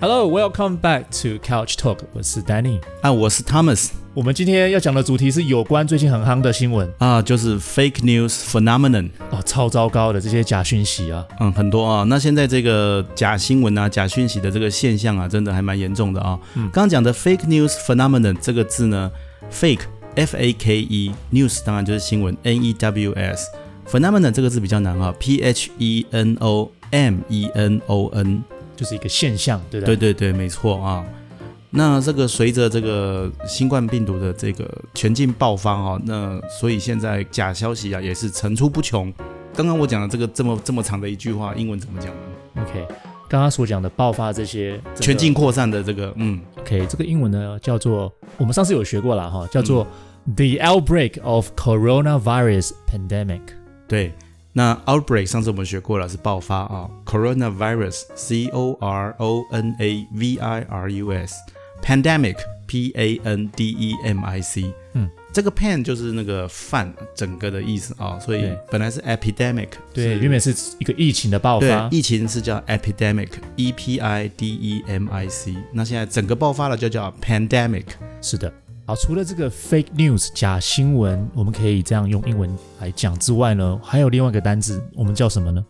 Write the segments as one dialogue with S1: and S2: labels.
S1: Hello, welcome back to Couch Talk，我是 Danny。
S2: 啊，我是 Thomas
S1: 我们今天要讲的主题是有关最近很夯的新闻
S2: 啊，就是 fake news phenomenon，
S1: 哦，超糟糕的这些假讯息啊！
S2: 嗯，很多啊。那现在这个假新闻啊、假讯息的这个现象啊，真的还蛮严重的啊。刚刚讲的 fake news phenomenon 这个字呢，fake f a k e news 当然就是新闻 n e w s phenomenon 这个字比较难啊，p h e n o m e n o n。
S1: 就是一个现象，对不
S2: 对
S1: 对？
S2: 对对，没错啊。那这个随着这个新冠病毒的这个全境爆发啊，那所以现在假消息啊也是层出不穷。刚刚我讲的这个这么这么长的一句话，英文怎么讲呢？
S1: OK，刚刚所讲的爆发这些、这个
S2: 全境扩散的这个，嗯，
S1: OK，这个英文呢叫做我们上次有学过了哈，叫做 The Outbreak of Coronavirus Pandemic。
S2: 对。那 outbreak 上次我们学过了，是爆发啊，coronavirus，c o r o n a v i r u s，pandemic，p a n d e m i c，
S1: 嗯，
S2: 这个 pan 就是那个泛整个的意思啊，所以
S1: 对
S2: 本来是 epidemic，
S1: 对，
S2: 是
S1: 原本是一个疫情的爆
S2: 对
S1: 发，，
S2: 疫情是叫 epidemic，e p i d e m i c，那现在整个爆发了就叫 pandemic。
S1: 是的。好，除了这个 fake news 假新闻，我们可以这样用英文来讲之外呢，还有另外一个单字，我们叫什么呢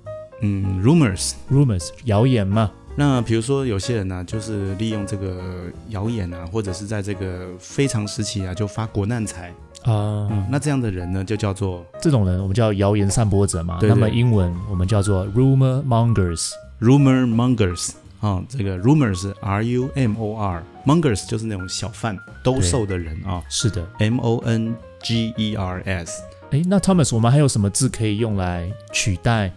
S2: 嗯，rumors。
S1: ？rumors 谣言嘛。
S2: 那比如说有些人呢、就是利用这个谣言啊，或者是在这个非常时期啊，就发国难财。
S1: 啊、
S2: 嗯，那这样的人呢，就叫做
S1: 这种人我们叫谣言散播者嘛。
S2: 对
S1: 那么
S2: 对
S1: 英文我们叫做 rumor mongers。
S2: rumor mongers 啊、这个 rumor 是 r u m o r，mongers 就是那种小贩兜售的人啊、
S1: 是的，
S2: m o n g e r s。
S1: 诶，那 Thomas，我们还有什么字可以用来取代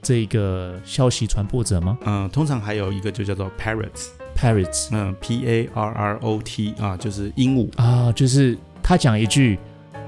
S1: 这个消息传播者吗
S2: 嗯、通常还有一个就叫做 parrots。
S1: ？Parrots
S2: 嗯，P A R R O T 啊，就是鹦鹉。
S1: 啊，就是他讲一句，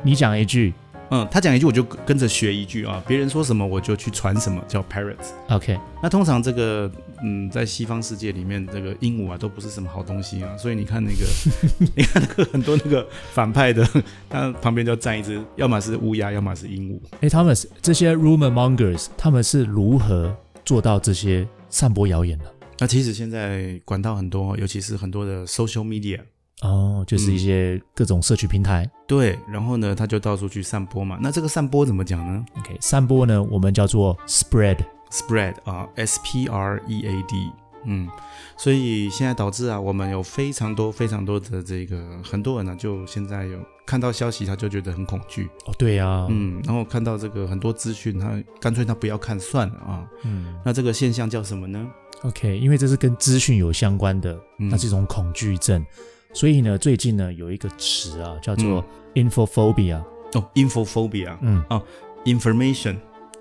S1: 你讲一句
S2: 嗯，他讲一句我就跟着学一句啊，别人说什么我就去传什么，叫 parrots。
S1: ，OK，
S2: 那通常这个嗯，在西方世界里面，这个鹦鹉啊都不是什么好东西啊，所以你看 那个，你看那个很多那个反派的，他旁边就要站一只，要么是乌鸦，要么是鹦鹉。
S1: 诶 t h o m a s 这些 rumor mongers 他们是如何做到这些散播谣言的？
S2: 那其实现在管道很多，尤其是很多的 social media，
S1: 哦，就是一些各种社区平台。
S2: 对，然后呢，他就到处去散播嘛。那这个散播怎么讲呢
S1: OK，散播呢，我们叫做 spread。
S2: ？spread 啊，S P R E A D。嗯，所以现在导致啊，我们有非常多非常多的这个很多人呢、就现在有看到消息，他就觉得很恐惧，
S1: 哦，对呀、啊，
S2: 嗯，然后看到这个很多资讯，他干脆他不要看算了啊。
S1: 嗯
S2: 那这个现象叫什么呢？
S1: ，OK，因为这是跟资讯有相关的，
S2: 嗯
S1: 那是一种恐惧症。所以呢，最近呢有一个词啊，叫做
S2: 嗯
S1: infophobia。
S2: 哦，infophobia，
S1: 嗯，
S2: information，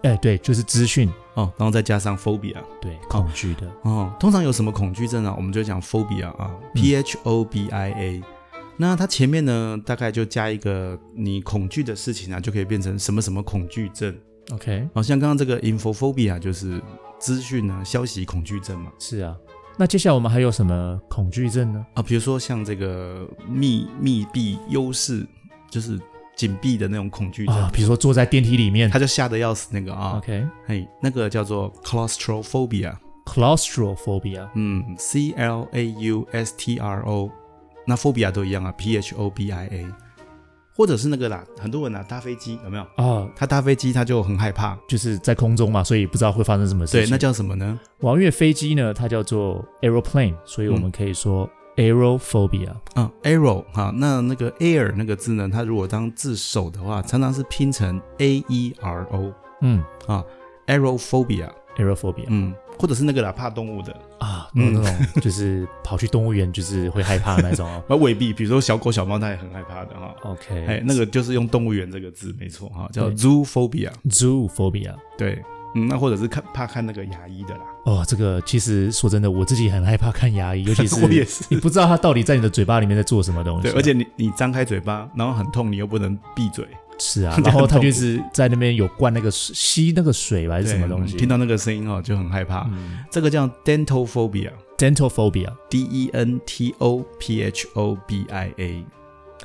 S1: 哎、对，就是资讯，
S2: 哦，然后再加上 phobia，
S1: 对，恐惧的。
S2: 哦，通常有什么恐惧症啊？我们就讲 phobia 啊，p h o b i a。那它前面呢，大概就加一个你恐惧的事情啊，就可以变成什么什么恐惧症。
S1: OK，
S2: 好、像刚刚这个 infophobia 就是资讯啊、消息恐惧症嘛。
S1: 是啊。那接下来我们还有什么恐惧症呢？
S2: 啊，比如说像这个密密闭优势，就是紧闭的那种恐惧症，
S1: 啊，比如说坐在电梯里面
S2: 他就吓得要死那个啊，嘿，那个叫做 claustrophobia，
S1: ，OK，claustrophobia。
S2: 嗯，C L A U S T R O，那 phobia 都一样啊，P H O B I A，或者是那个啦，很多人啊搭飞机有没有？
S1: 啊，
S2: 他搭飞机他就很害怕，
S1: 就是在空中嘛，所以不知道会发生什么事情。
S2: 对，那叫什么呢？
S1: 网约飞机呢，它叫做 aeroplane，所以我
S2: 嗯
S1: 们可以说 aerophobia。
S2: 啊，arrow 哈，那那个 air 那个字呢，它如果当字首的话，常常是拼成 A E R O
S1: 嗯
S2: 啊，arrowphobia。
S1: ，aerophobia
S2: 嗯，或者是那个啦，怕动物的，
S1: 啊，那
S2: 嗯
S1: 种那种就是跑去动物园就是会害怕的那种哦。
S2: 而啊未必，比如说小狗、小猫，它也很害怕的哈。哎
S1: OK，，
S2: 那个就是用动物园这个字，没错哈，叫
S1: 对
S2: zoophobia。
S1: zoophobia。
S2: 对，嗯，那或者是看怕看那个牙医的啦，
S1: 哦，这个其实说真的，我自己很害怕看牙 医，尤其是
S2: 我也 是
S1: 你不知道它到底在你的嘴巴里面在做什么东西。
S2: 对，而且你你张开嘴巴，然后很痛，你又不能闭嘴，
S1: 是 啊，
S2: 这
S1: 然
S2: 样
S1: 后
S2: 很
S1: 他
S2: 痛
S1: 就
S2: 苦
S1: 是在那边有灌那个水吸那个水吧，还是什么
S2: 对
S1: 东西？
S2: 听到那个声音哦，就很害怕。
S1: 嗯
S2: 这个叫 dental phobia，D
S1: dental phobia。
S2: E N T O P H O B I A。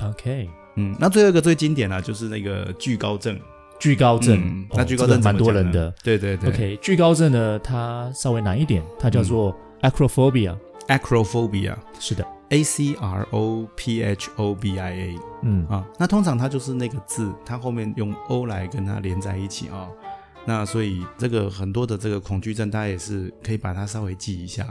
S1: OK，
S2: 嗯，那最后一个最经典啦、就是那个惧高症。
S1: 惧高症，
S2: 嗯
S1: 哦
S2: 那惧高
S1: 这
S2: 症
S1: 个
S2: 怎
S1: 蛮
S2: 么
S1: 多
S2: 讲
S1: 人
S2: 呢
S1: 的。
S2: 对对对
S1: 嗯 OK，惧高症呢，它稍微难一点，它叫做 acrophobia，
S2: acrophobia。
S1: 是的，
S2: A C R O P H O B I A
S1: 嗯，
S2: 啊，那通常它就是那个字，它后面用 O 来跟它连在一起啊、那所以这个很多的这个恐惧症，大家也是可以把它稍微记一下。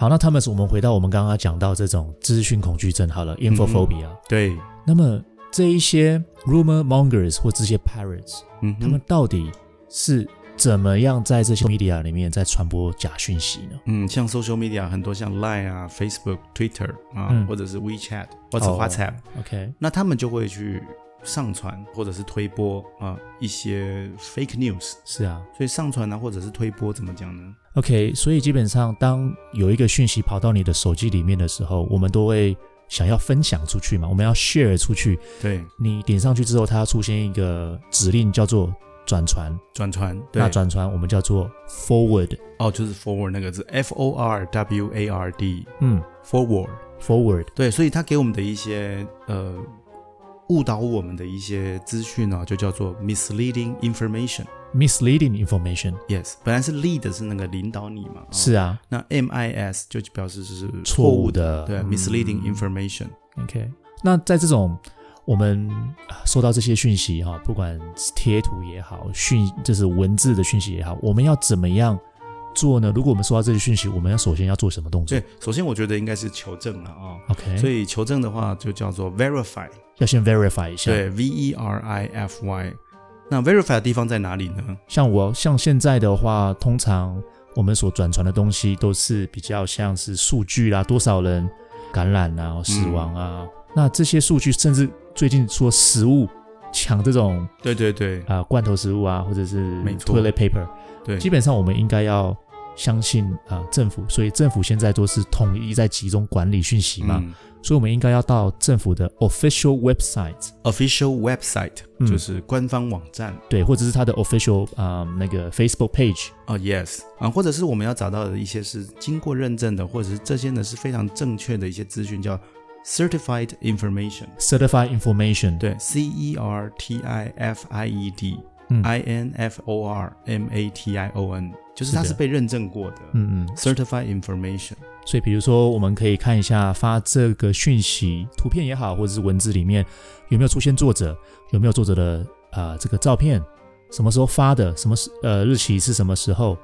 S1: 好，那他们我们回到我们刚刚讲到这种资讯恐惧症好了，infophobia。
S2: 对，
S1: 那么这一些 rumor mongers 或这些 parrots，
S2: 嗯哼，
S1: 他们到底是怎么样在这些 media 里面在传播假讯息呢？
S2: 嗯，像 social media 很多像 Line 啊、Facebook、Twitter 啊，
S1: 嗯
S2: 或者是 WeChat 或者
S1: 哦
S2: WhatsApp，、
S1: OK，
S2: 那他们就会去上传或者是推播啊一些 fake news。
S1: 是啊
S2: 所以上传啊，或者是推播，怎么讲呢？
S1: ，OK，所以基本上当有一个讯息跑到你的手机里面的时候，我们都会想要分享出去嘛，我们要 share 出去。
S2: 对，
S1: 你点上去之后，它出现一个指令叫做转传，
S2: 转传，对
S1: 那，转传我们叫做 forward，
S2: 哦，就是 forward 那个字，F O R W A R D
S1: 嗯
S2: forward。
S1: ，forward，
S2: 对，所以他给我们的一些呃误导我们的一些资讯啊呢、就叫做 misleading information。
S1: misleading information，、
S2: Yes，本来是 lead 是那个领导你嘛，哦
S1: 是啊，
S2: 那 M I S 就表示就是
S1: 错误
S2: 的，
S1: 的，
S2: 对、
S1: 嗯
S2: m i s l e a d i n g information。
S1: OK，那在这种我们啊收到这些讯息哈、不管是贴图也好，讯就是文字的讯息也好，我们要怎么样做呢？如果我们收到这些讯息，我们要首先要做什么动作
S2: 对，首先我觉得应该是求证了啊、
S1: ？OK，
S2: 所以求证的话就叫做 verify，
S1: 要先 verify 一下。
S2: 对，V E R I F Y。那 verify 的地方在哪里呢？
S1: 像我像现在的话，通常我们所转传的东西都是比较像是数据啦，多少人感染啊、死亡啊，
S2: 嗯
S1: 那这些数据甚至最近说食物抢这种
S2: 对对对
S1: 啊、罐头食物啊，或者是
S2: 没错
S1: toilet paper。
S2: 对，
S1: 基本上我们应该要相信啊、呃政府，所以政府现在都是统一在集中管理讯息嘛，
S2: 嗯
S1: 所以我们应该要到政府的 official website，
S2: official website、
S1: 嗯
S2: 就是官方网站。
S1: 对，或者是它的 official 啊、呃那个 Facebook page，
S2: 哦、y e s 啊，或者是我们要找到的一些是经过认证的，或者是这些呢是非常正确的一些资讯，叫 certified information，
S1: certified information，，
S2: 对，C E R T I F I E D
S1: 嗯
S2: I N F O R M A T I O N，就是它
S1: 是的
S2: 是被认证过的、
S1: 嗯嗯，
S2: certified information。
S1: 所以比如说我们可以看一下发这个讯息图片也好，或者是文字里面有没有出现作者，有没有作者的啊、呃这个照片，什么时候发的，什么时呃日期是什么时候？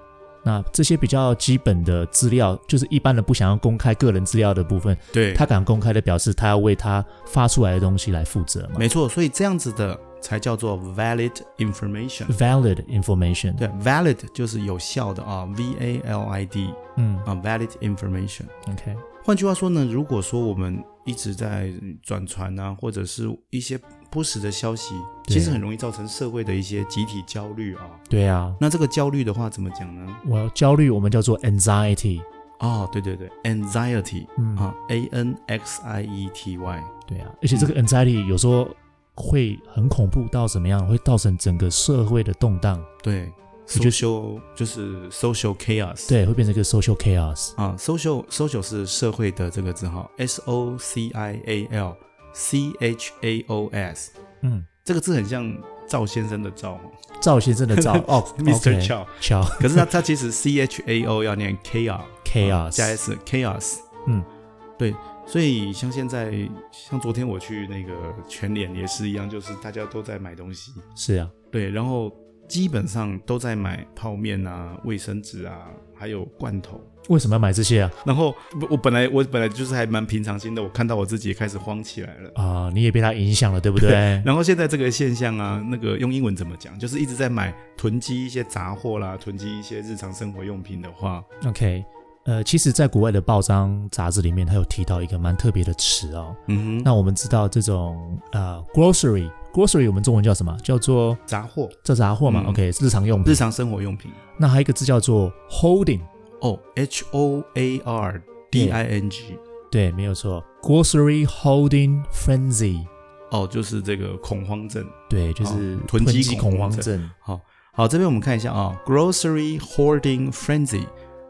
S1: 那这些比较基本的资料，就是一般人不想要公开个人资料的部分，
S2: 对，
S1: 他敢公开的表示他要为他发出来的东西来负责嘛
S2: 没错，所以这样子的才叫做 valid information。
S1: ？Valid information，，
S2: 对，valid 就是有效的啊，V A L I D
S1: 嗯
S2: 啊，valid information。
S1: ，OK，
S2: 换句话说呢，如果说我们一直在转传啊，或者是一些不实的消息，
S1: 对
S2: 其实很容易造成社会的一些集体焦虑啊。
S1: 对啊，
S2: 那这个焦虑的话，怎么讲呢？
S1: 我要焦虑，我们叫做 anxiety，
S2: 哦，对对对，anxiety
S1: 嗯，
S2: 啊，a n x i e t y，
S1: 对啊，而且这个
S2: 嗯
S1: anxiety 有时候会很恐怖到怎么样，会造成整个社会的动荡，
S2: 对
S1: 觉得
S2: ，social 就是 social chaos，
S1: 对，会变成一个 social chaos。
S2: 啊，social social 是社会的这个字哈，s o c i a l c h a o s
S1: 嗯，
S2: 这个字很像赵先生的赵哈
S1: 赵先生的 赵哦
S2: ，Mr.
S1: OK，
S2: Chow。嗯
S1: 乔
S2: 可是它它其实 C H A O 要念 K R 加
S1: chaos，
S2: S chaos，
S1: 嗯，
S2: 对，所以像现在像昨天我去那个全联也是一样，就是大家都在买东西，
S1: 是啊，
S2: 对，然后基本上都在买泡面啊、卫生纸啊，还有罐头。
S1: 为什么要买这些啊？
S2: 然后我我本来我本来就是还蛮平常心的，我看到我自己也开始慌起来了。
S1: 啊、你也被他影响了，对不对？
S2: 然后现在这个现象啊，那个用英文怎么讲？就是一直在买囤积一些杂货啦，囤积一些日常生活用品的话，
S1: OK，呃，其实，在国外的报章杂志里面，它有提到一个蛮特别的词哦。
S2: 嗯哼，
S1: 那我们知道这种呃 grocery grocery 我们中文叫什么？叫做
S2: 杂货、
S1: 叫杂货嘛、
S2: 嗯
S1: o k 日常用品
S2: 日。常生活用品。
S1: 那还有一个字叫做 holding。
S2: 哦，H O A R D I N G，
S1: 对，没有错，grocery holding frenzy，
S2: 哦，就是这个恐慌症。
S1: 对，就是
S2: 哦囤积恐
S1: 恐
S2: 慌
S1: 症。
S2: 好，这边我们看一下啊、g r o c e r y hoarding frenzy。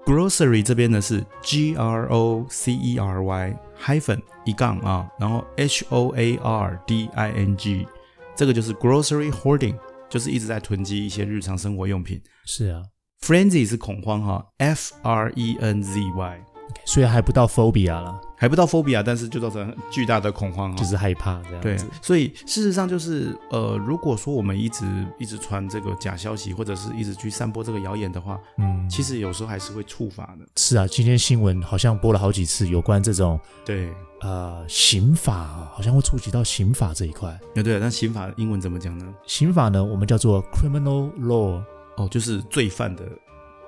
S2: grocery 这边呢是 G R O C E R Y hyphen 一杠啊，然后 H O A R D I N G，这个就是 grocery hoarding，就是一直在囤积一些日常生活用品。
S1: 是啊
S2: frenzy 是恐慌哈、f R E N Z Y。
S1: ，OK，所以还不到 phobia 啦，
S2: 还不到 phobia，但是就造成巨大的恐慌啊、
S1: 就是害怕这样
S2: 对
S1: 子。，
S2: 所以事实上就是，呃，如果说我们一直一直传这个假消息，或者是一直去散播这个谣言的话，
S1: 嗯，
S2: 其实有时候还是会触发的。
S1: 是啊，今天新闻好像播了好几次有关这种
S2: 对，
S1: 呃刑法啊，好像会触及到刑法这一块。
S2: 那对了，那刑法英文怎么讲呢？
S1: 刑法呢，我们叫做 criminal law，
S2: 哦，就是罪犯的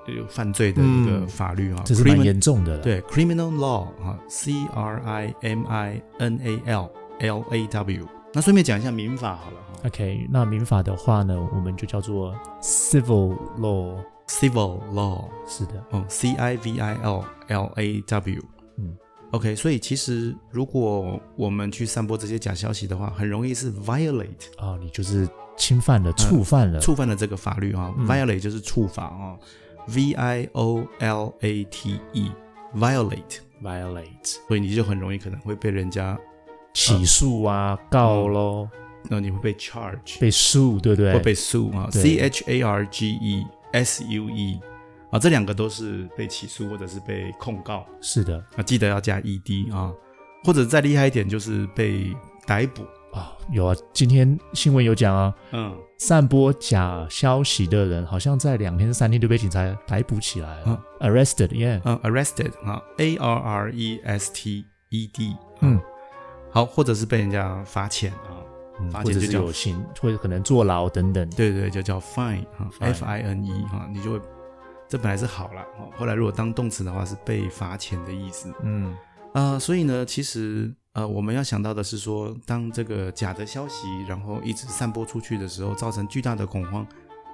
S2: 呃犯罪的一个
S1: 嗯
S2: 法律啊、
S1: 这是
S2: c r i
S1: 蛮
S2: m i n
S1: 严重的。，
S2: 对 criminal law 啊，C R I M I N A L L A W。那顺便讲一下民法好了哈、
S1: OK，那民法的话呢，我们就叫做 civil law。
S2: c i v i l law
S1: 是的，
S2: 哦，C I V I L L A W。
S1: 嗯
S2: ，OK，所以其实如果我们去散播这些假消息的话，很容易是 violate
S1: 啊、你就是侵犯了、触犯了。
S2: 嗯触犯了这个法律啊、
S1: 呃嗯
S2: v i o l a t e 就是触法啊、v I O L A T E，violate，
S1: violate
S2: 所以你就很容易可能会被人家，
S1: 起诉啊，告喽，
S2: 那你会被 charge，
S1: 被诉，对不对？
S2: 会被 sue 啊
S1: 对
S2: ，C H A R G E S U E 啊，这两个都是被起诉或者是被控告。
S1: 是的
S2: 啊，记得要加 ed 啊，或者再厉害一点就是被逮捕。
S1: 啊、有啊，今天新闻有讲啊，
S2: 嗯，
S1: 散播假消息的人，好像在两天三天就被警察逮捕起来了、a r r e s t e d y e a h
S2: 呃，arrested 啊，a r r e s t e d，啊
S1: 嗯，
S2: 好，或者是被人家罚钱啊，
S1: 嗯
S2: 罚
S1: 或
S2: 钱
S1: 者
S2: 就是叫
S1: 有刑，或者可能坐牢等等。
S2: 对对，就叫 fine 啊
S1: Fine
S2: ，f i n e 啊，你就会，这本来是好了，啊后来如果当动词的话是被罚钱的意思。
S1: 嗯，
S2: 啊，所以呢，其实呃，我们要想到的是说，当这个假的消息然后一直散播出去的时候，造成巨大的恐慌，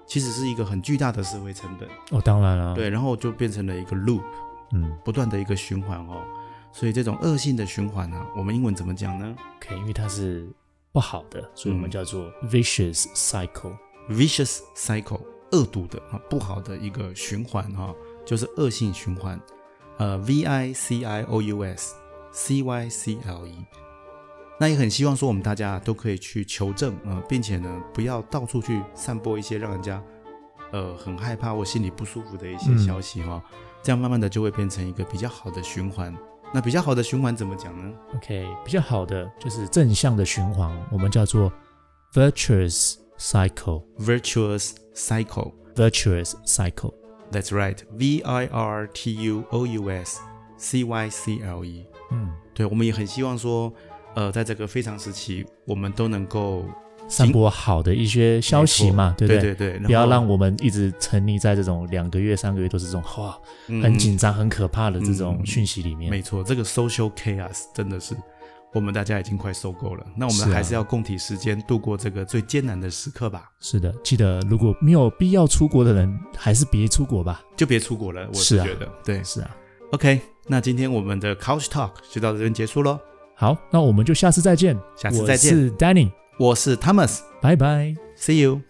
S2: 其实是一个很巨大的社会成本。
S1: 哦，当然了、，
S2: 对，然后就变成了一个 loop，
S1: 嗯
S2: 不断的一个循环哦。所以这种恶性的循环啊，我们英文怎么讲呢
S1: ，OK，因为它是不好的，所以我们
S2: 嗯
S1: 叫做 vicious cycle。
S2: ？vicious cycle，恶毒的啊，不好的一个循环哈、就是恶性循环。呃，v i c i o u s c y c l e。那也很希望说我们大家都可以去求证啊、呃并且呢，不要到处去散播一些让人家呃很害怕或心里不舒服的一些
S1: 嗯
S2: 消息哈、这样慢慢的就会变成一个比较好的循环。那比较好的循环怎么讲呢？
S1: OK，比较好的就是正向的循环，我们叫做 virtuous cycle。
S2: virtuous cycle.
S1: virtuous cycle。
S2: That's right, V I R T U O U S C Y C L E。
S1: 嗯，
S2: 对，我们也很希望说，呃，在这个非常时期，我们都能够
S1: 散播好的一些消息嘛，对不
S2: 对
S1: 对？
S2: 对对，然
S1: 不要
S2: 后
S1: 让我们一直沉溺在这种两个月、三个月都是这种哇很、紧张、很可怕的这种讯息里
S2: 嗯
S1: 面。
S2: 没错，这个 social chaos 真的是我们大家已经快受够了。那我
S1: 是
S2: 们
S1: 啊
S2: 还是要共体时间，度过这个最艰难的时刻吧。
S1: 是的，记得如果没有必要出国的人，还是别出国吧。
S2: 就别出国了，我
S1: 是啊
S2: 觉得。对
S1: 是啊，
S2: ，OK，那今天我们的 Couch Talk 就到这边结束喽。
S1: 好，那我们就下次再见。
S2: 下次再见
S1: 我是 Danny，
S2: 我是 Thomas，See
S1: 拜拜。
S2: you。